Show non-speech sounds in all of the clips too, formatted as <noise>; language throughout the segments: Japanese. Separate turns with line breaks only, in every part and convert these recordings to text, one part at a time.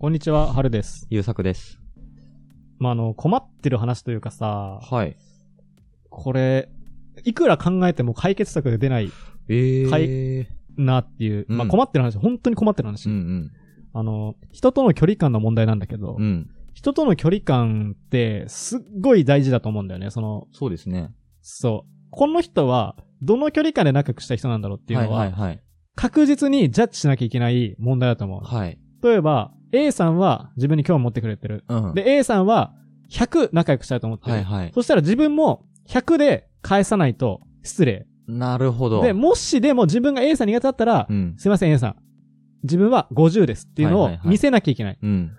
こんにちは、はるです。
優作です。
まあ、あの、困ってる話というかさ、
はい。
これ、いくら考えても解決策で出ない
えー。
はいうなっていう、
うん
まあ、困ってる話、本当に困ってる話、
ん
あの、人との距離感の問題なんだけど、
うん。うん。
人との距離感ってすっごい大事だと思うんだよね。その、
そうですね。
そう。この人は、どの距離感で仲良くした人なんだろうっていうのは、
はいはいはい。
確実にジャッジしなきゃいけない問題だと思う。
はい。
例えば、A さんは自分に興味持ってくれてる。
うん。、
で、A さんは100仲良くしたいと思ってる。
はいはい。
そしたら自分も100で返さないと失礼。
なるほど。
で、もしでも自分が A さん苦手だったら、
うん。
すいません A さん。自分は50ですっていうの
は
を
いはいはい
見せなきゃいけない。
うん。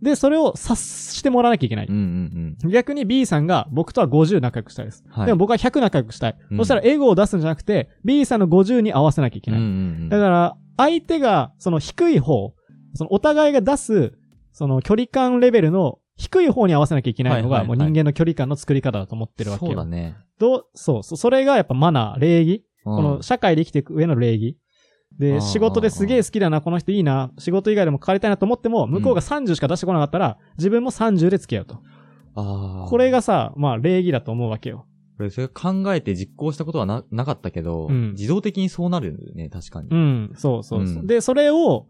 で、それを察してもらわなきゃいけない。
うんうん
逆に B さんが僕とは50仲良くしたいです。
うん。はい。
でも僕は100仲良くしたい。
うん
そしたらエゴを出すんじゃなくて、B さんの50に合わせなきゃいけ
う
な
ん
い。
うん
だ
うん。
から、相手が、その低い方、そのお互いが出す、その距離感レベルの低い方に合わせなきゃいけないの
は
が、
い
も
は
う
いはい
人間の距離感の作り方だと思ってるわけ
そうだ
よ。
ね。
どうそうそう、それがやっぱマナー、礼儀。
こ
この、社会で生きていく上の礼儀。で、
あー
仕事ですげえ好きだな、この人いいな、仕事以外でも関わりたいなと思っても、向こうが30しか出してこなかったら、自分も30で付き合うと。
あー
これ、がさ、まあ礼儀だと思うわけよ。
これそれ考えて実行したことはな、なかったけど、
うん
自動的にそうなるよね、確かに。
うん、そうそうそう
うん
で、それを、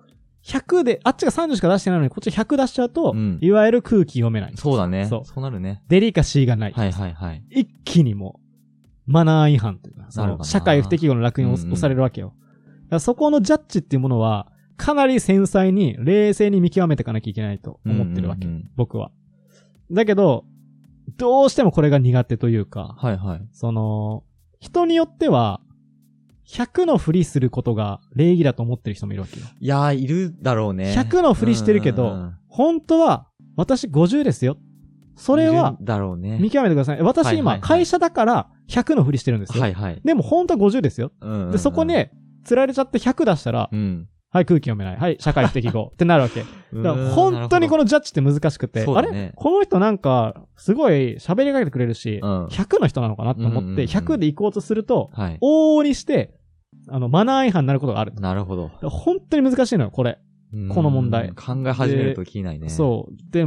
100で、あっちが30しか出してないのに、こっち100出しちゃうと、
うん
いわゆる空気読めない。
そうだね。
そう
そうなるね。
デリカシーがない。
はいはいはい。
一気にもう、マナー違反というか、そ
なる
の
ほどな
社会不適合の楽園を押
うんうん
押されるわけよ。だからそこのジャッジっていうものは、かなり繊細に、冷静に見極めていかなきゃいけないと思ってるわけ。
うんうんうん
僕は。だけど、どうしてもこれが苦手というか、
はいはい。
その、人によっては、100のふりすることが礼儀だと思ってる人もいるわけよ。
いやー、いるだろうね。
100のふりしてるけど
うんうんうん、
本当は、私50ですよ。それ
い
は
る、だろうね。
見極めてください。私
はいはいは
今、
い
会社だから100のふりしてるんですよ。
はいはい。
でも本当は50ですよ。
うんうんうん
で、そこ、ね、釣られちゃって100出したら、
うん。
はい、空気読めない。はい、社会不適
<laughs>
合ってなるわけ。だから本当にこ
の、
のジャッジって難しくて、
そう
あ
だね
れこの人なんか、すごい喋りかけてくれるし、
うん
100の人なのかなと
うん
思っ
うんう
て、
ん
100で行こうとすると、
はい。
往々にして、あの、マナー違反になることがある。だか
なるほど。
ら本当に難しいのよ、これ。
うん
この問題
考え始めるときないね。
そう。で、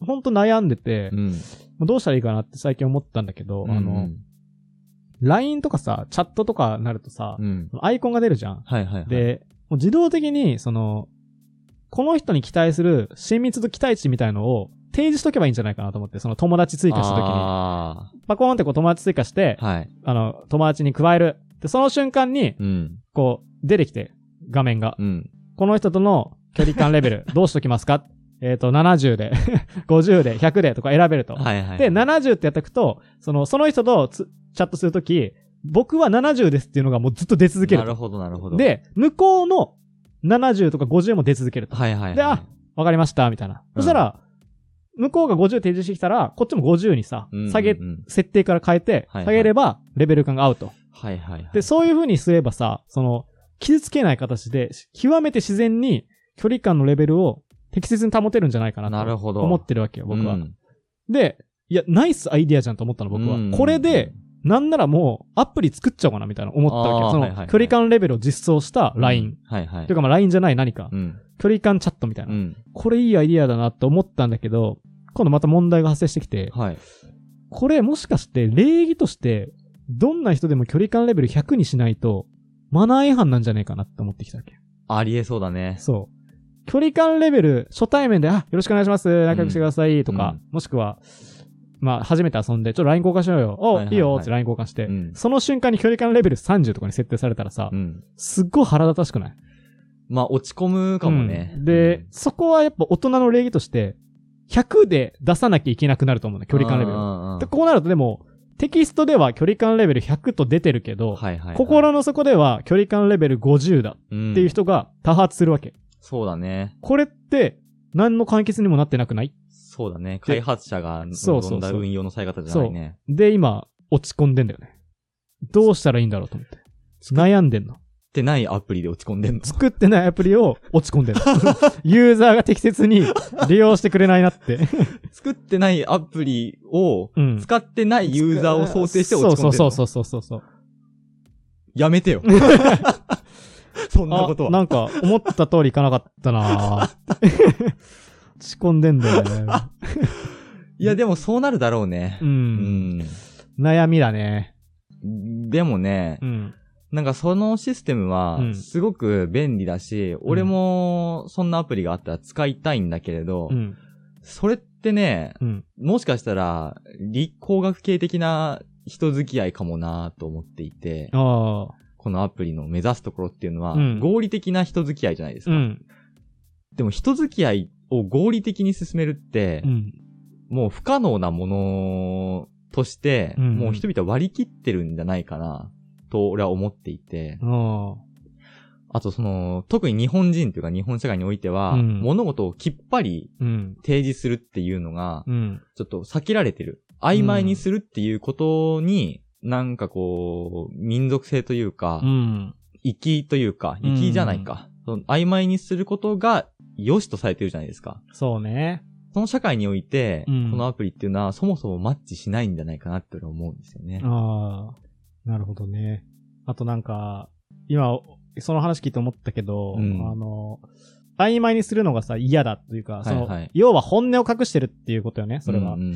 本当悩んでて、
うん。
どうしたらいいかなって最近思ったんだけど、
うん。
あの、LINE とかさ、チャットとかなるとさ
う、ん。
アイコンが出るじゃん。
はいはいはい。、
で、もう自動的に、その、この人に期待する親密度期待値みたいのを提示しとけばいいんじゃないかなと思って、その友達追加した時に。
あ
パコーンってこう友達追加して
ー、はい。
あの、友達に加える。で、その瞬間に、
うん。
こう、出てきて、画面が。
うん。
この人との距離感レベル、
<laughs>
どうしときますかえっと、70で、50で、100でとか選べると。
はいはい。
で、、70ってやっていくと、その、その人とつチャットするとき、僕は70ですっていうのがもうずっと出続ける
な。るほどなるほど。、
で、向こうの70とか50も出続けると。
はいはいはい。
であわかりました、みたいな。
うん
そしたら、向こうが50提示してきたら、こっちも50にさ
うんうんう、ん
下げ、設定から変えて、
はいはい
下げれば、レベル感が合うと。
はいはいはい。
で、そういう風にすればさ、その、傷つけない形で、極めて自然に距離感のレベルを適切に保てるんじゃないか
な
な
る
と
ほど。
思ってるわけよ、僕
う
は。
ん
で、いや、ナイスアイディアじゃんと思ったの、僕は
うん。
これで、なんならもう、アプリ作っちゃおうかな、みたいな思ったわけ
あ
よ。
ー
そ
はいはいは
の、
い
距離感レベルを実装した
うん
LINE。。
はいはい
という。かまあ LINE じゃない何か、
うん。
距離感チャットみたいうな。
ん。
これいいアイディアだなと思ったんだけど、今度また問題が発生してきて、
はい。
これもしかして礼儀として、どんな人でも距離感レベル100にしないと、マナー違反なんじゃねえかなって思ってきたわけ。
ありえそうだね。
そう。距離感レベル、初対面で、あ、よろしくお願いします。仲良くしてください。とか、もしくは、まあ、初めて遊んで、ちょっと LINE 交換しようよ。お、
はいはい
い
はい
い、よって LINE 交換して、
うん
その瞬間に距離感レベル30とかに設定されたらさ、
うん。
すっごい腹立たしくない
まあ、落ち込むかもね
う。んで、そこはやっぱ大人の礼儀として、100で出さなきゃいけなくなると思うんだ、距離感レベル。で、
ル。
こうなるとでも、テキストでは距離感レベル100と出てるけど、
はいはいはい。
心の底では距離感レベル50だ
っ
っていう。人が多発するわけ。
そうだね。
これって、何の完結にもなってなくない
そうだね。開発者が
そうそうそう
望んだ運用のされ方じゃないね。
で、今、落ち込んでんだよね。どうしたらいいんだろうと思って。悩んでんの。
ってないアプリで落ち込んでんの。 <laughs>
作ってないアプリを落ち込んでんの。ユーザーが適切に利用してくれないなって。
作ってないアプリを、
うん。
使ってないユーザーを想定して落ち込んでんの。
そうそうそうそうそうそう。
やめ
<laughs>
てよ。そんなこと
あ
は。
なんか、思った通りいかなかったなぁ仕込んでんだよね。
いや、でもそうなるだろうね
う。。
うんん。
悩みだね。
でもね
う、ん。
なんかそのシステムは
うん、
すごく便利だし、俺も、そんなアプリがあったら使いたいんだけれど、
うん。
それってね、
うん。
もしかしたら、理工学系的な人付き合いかもなと思っていて、
あ
このアプリの目指すところっていうのは、
うん
合理的な人付き合いじゃないです
あ。う
か。
ん。
でも人付き合いを合理的に進めるって、
うん。
もう不可能なものとして、
うんうん
もう人々は割り切ってるんじゃないかな、と俺は思っていて、
ああ。
あとその、特に日本人というか日本社会においては、
うん
物事をきっぱり
うん。
提示するっていうのが、
うん。
ちょっと避けられてる。曖昧にするっていうことに、なんかこう、民族性というか、
うん。
粋というか、粋じゃないか。その曖昧にすることが良しとされてるじゃないですか。
そうね。
その社会において、
うん
このアプリっていうのはそもそもマッチしないんじゃないかなって俺は思うんですよね。
ああ。なるほどね。あとなんか、今、その話聞いて思ったけど、
うん
あの、曖昧にするのがさ、嫌だというか、その、
はいはい
要は本音を隠してるっていうことよね、それは。
うんうん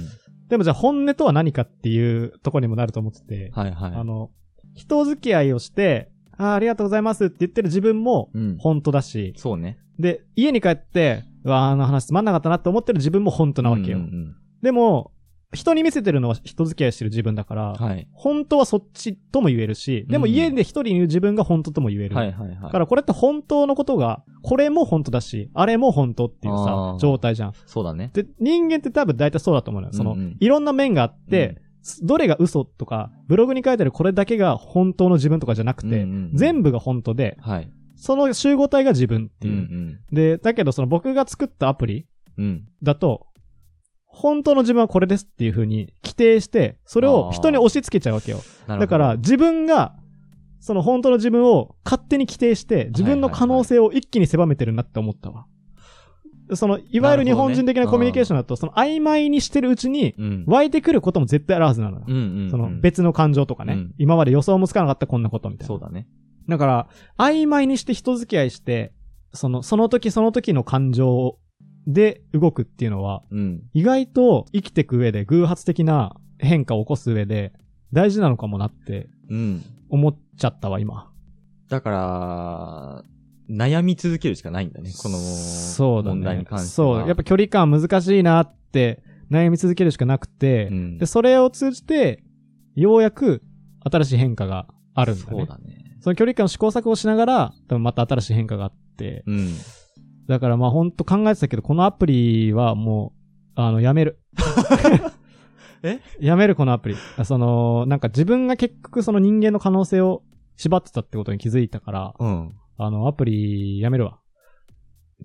でもじゃあ本音とは何かっていうとこにもなると思ってて、
はいはい。
あの、人付き合いをして、あーありがとうございますって言ってる自分も
うん。
本当だし、
そうね。
で、家に帰って、うわあ、あの話つまんなかったなって思ってる自分も本当なわけよ。
うんうん
でも、人に見せてるのは人付き合いしてる自分だから、
うんはい。
本当はそっちとも言えるし、でも
うん
家で一人いる自分が本当とも言える。
はいはい
だか
はい。
らこれって本当のことが、これも本当だし、あれも本当っていう
あ
さ
ー、
状態じゃん。
そうだね。
で、人間って多分大体そうだと思うのよ。その、
うんうん
いろんな面があって、どれが嘘とか、ブログに書いてあるこれだけが本当の自分とかじゃなくて、
うんうん
全部が本当で、
はい。っ
その集合体が自分っていう。
うん
で、だけどその僕が作ったアプリ
うん。うん。
だと、本当の自分はこれですっていう風に規定して、それを人に押し付けちゃうわけよ。
なる
だ
ほど
から、自分が、その本当の自分を勝手に規定して、自分の可能性を一気に狭めてるなって思ったわ。その、いわゆる日本人的なコミュニケーションだと、その曖昧にしてるうちに、
うん。
湧いてくることも絶対あるはずなのよ
うん。うんうん。
その、別の感情とかね、
うん
今まで予想もつかなかったこんなことみたい
そ
な
う。だね。
だから、曖昧にして人付き合いして、その、その時その時の感情で動くっていうのは、
うん。
意外と生きてく上で偶発的な変化を起こす上で、大事なのかもなって
うん。
思っちゃったわ、今。
だから、悩み続けるしかないんだね、この
そうだね
問題に関しては。
そう。やっぱ距離感難しいなって悩み続けるしかなくて、
うん
で、それを通じて、ようやく新しい変化があるんだね。
そうだね。
その距離感を試行錯誤しながら、多分また新しい変化があって、
うん。
だからまあほんと考えてたけど、このアプリはもう、あの、やめ <laughs> る。
え
やめる、このアプリ。あその、なんか自分が結局その人間の可能性を縛ってたってことに気づいたから、
うん。
あの、アプリやめるわ。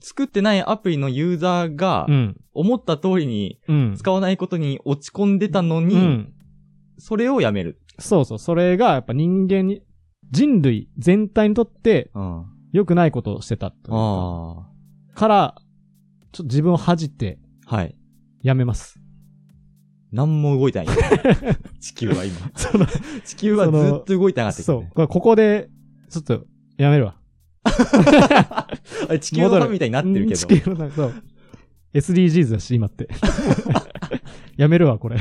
作ってないアプリのユーザーが
う、ん。
思った通りに
うん。
使わないことに落ち込んでたのに、
うん。
それをやめる。
そうそう。それがやっぱ人間に、人類全体にとって
うん。あ
良くないことをしてたという
あ
か。から、ちょっと自分を恥じて
ー。はい。
やめます。
何も動いてない。 <laughs> 地球は <laughs> 今。
その、
地球はずっと動いてなかったけ
そ
ど
う
ね。。
これここで、ちょっと、やめるわ。
あれ地球のためみたいになってるけ
<laughs>
ど。<laughs>
地球の中、そう。SDGs <laughs> だし、今って。やめるわ、これ。